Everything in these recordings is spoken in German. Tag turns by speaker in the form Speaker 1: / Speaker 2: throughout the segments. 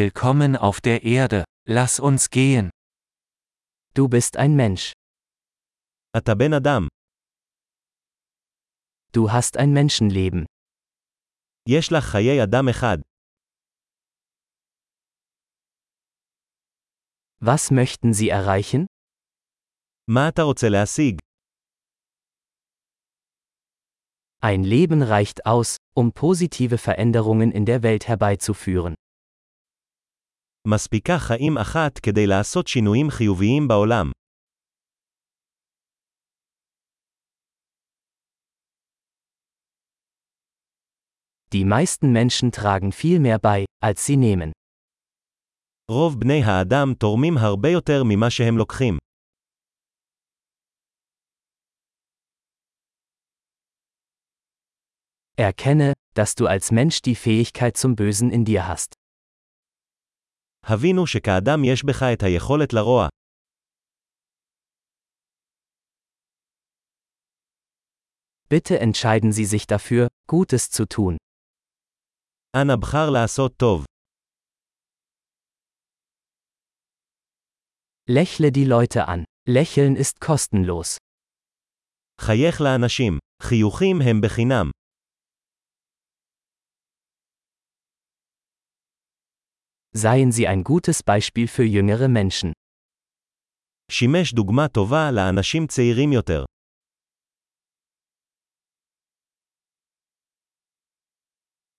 Speaker 1: Willkommen auf der Erde, lass uns gehen.
Speaker 2: Du bist ein Mensch.
Speaker 3: אתה בן אדם,
Speaker 2: Du hast ein Menschenleben.
Speaker 3: יש לך חיי אדם אחד.
Speaker 2: Was möchten Sie erreichen?
Speaker 3: מה אתה רוצה להשיג?
Speaker 2: Ein Leben reicht aus, um positive Veränderungen in der Welt herbeizuführen.
Speaker 3: מספיקה חיים אחת כדי לעשות שינויים חיוביים בעולם.
Speaker 2: Die meisten Menschen tragen viel mehr bei, als sie nehmen.
Speaker 3: רוב בני האדם תורמים הרבה יותר ממה שהם לוקחים.
Speaker 2: Erkenne, dass du als Mensch die Fähigkeit zum Bösen in dir hast.
Speaker 3: הבינו שכאדם יש בך את היכולת לרוע.
Speaker 2: Bitte entscheiden Sie sich dafür, Gutes zu tun.
Speaker 3: אנא בחר לעשות טוב.
Speaker 2: Lächle die Leute an. Lächeln ist kostenlos.
Speaker 3: חייך לאנשים. חיוכים הם בחינם.
Speaker 2: Seien Sie ein gutes Beispiel für jüngere Menschen.
Speaker 3: שימש דוגמה טובה לאנשים צעירים יותר.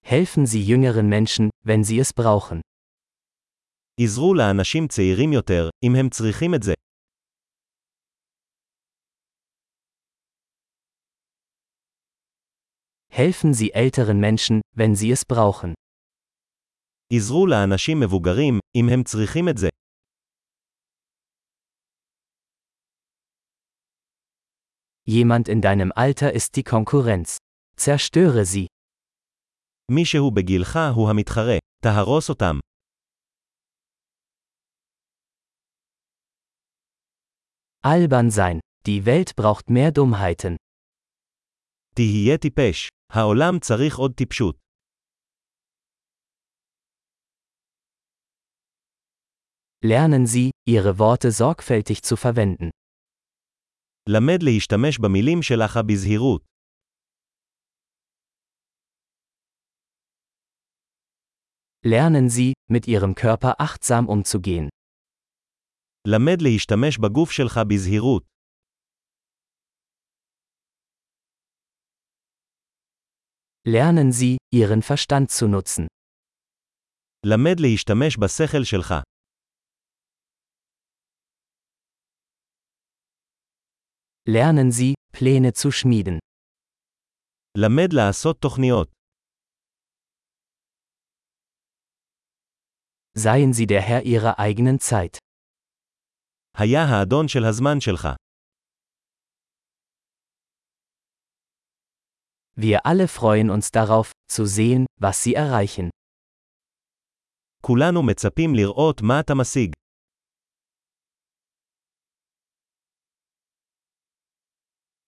Speaker 2: Helfen Sie jüngeren Menschen, wenn sie es brauchen.
Speaker 3: עזרו לאנשים צעירים יותר, אם הם צריכים את זה.
Speaker 2: Helfen Sie älteren Menschen, wenn sie es brauchen.
Speaker 3: עזרו לאנשים מבוגרים, אם הם צריכים את זה.
Speaker 2: Jemand in deinem Alter ist die Konkurrenz. Zerstöre sie.
Speaker 3: מישהו בגילך הוא המתחרה. תהרוס אותם.
Speaker 2: Albern sein. Die Welt braucht mehr Dummheiten.
Speaker 3: תהיה טיפש. העולם צריך עוד טיפשות.
Speaker 2: Lernen Sie, Ihre Worte sorgfältig zu verwenden.
Speaker 3: למד להשתמש במילים שלך בזהירות.
Speaker 2: Lernen Sie, mit Ihrem Körper achtsam umzugehen.
Speaker 3: למד להשתמש בגוף שלך בזהירות.
Speaker 2: Lernen Sie, Ihren Verstand zu nutzen.
Speaker 3: למד להשתמש בשכל שלך.
Speaker 2: Lernen Sie, Pläne zu schmieden.
Speaker 3: למד לעשות תוכניות.
Speaker 2: Seien Sie der Herr Ihrer eigenen Zeit.
Speaker 3: היה האדון של הזמן שלך.
Speaker 2: Wir alle freuen uns darauf, zu sehen, was Sie erreichen.
Speaker 3: כולנו מצפים לראות מה אתה משיג.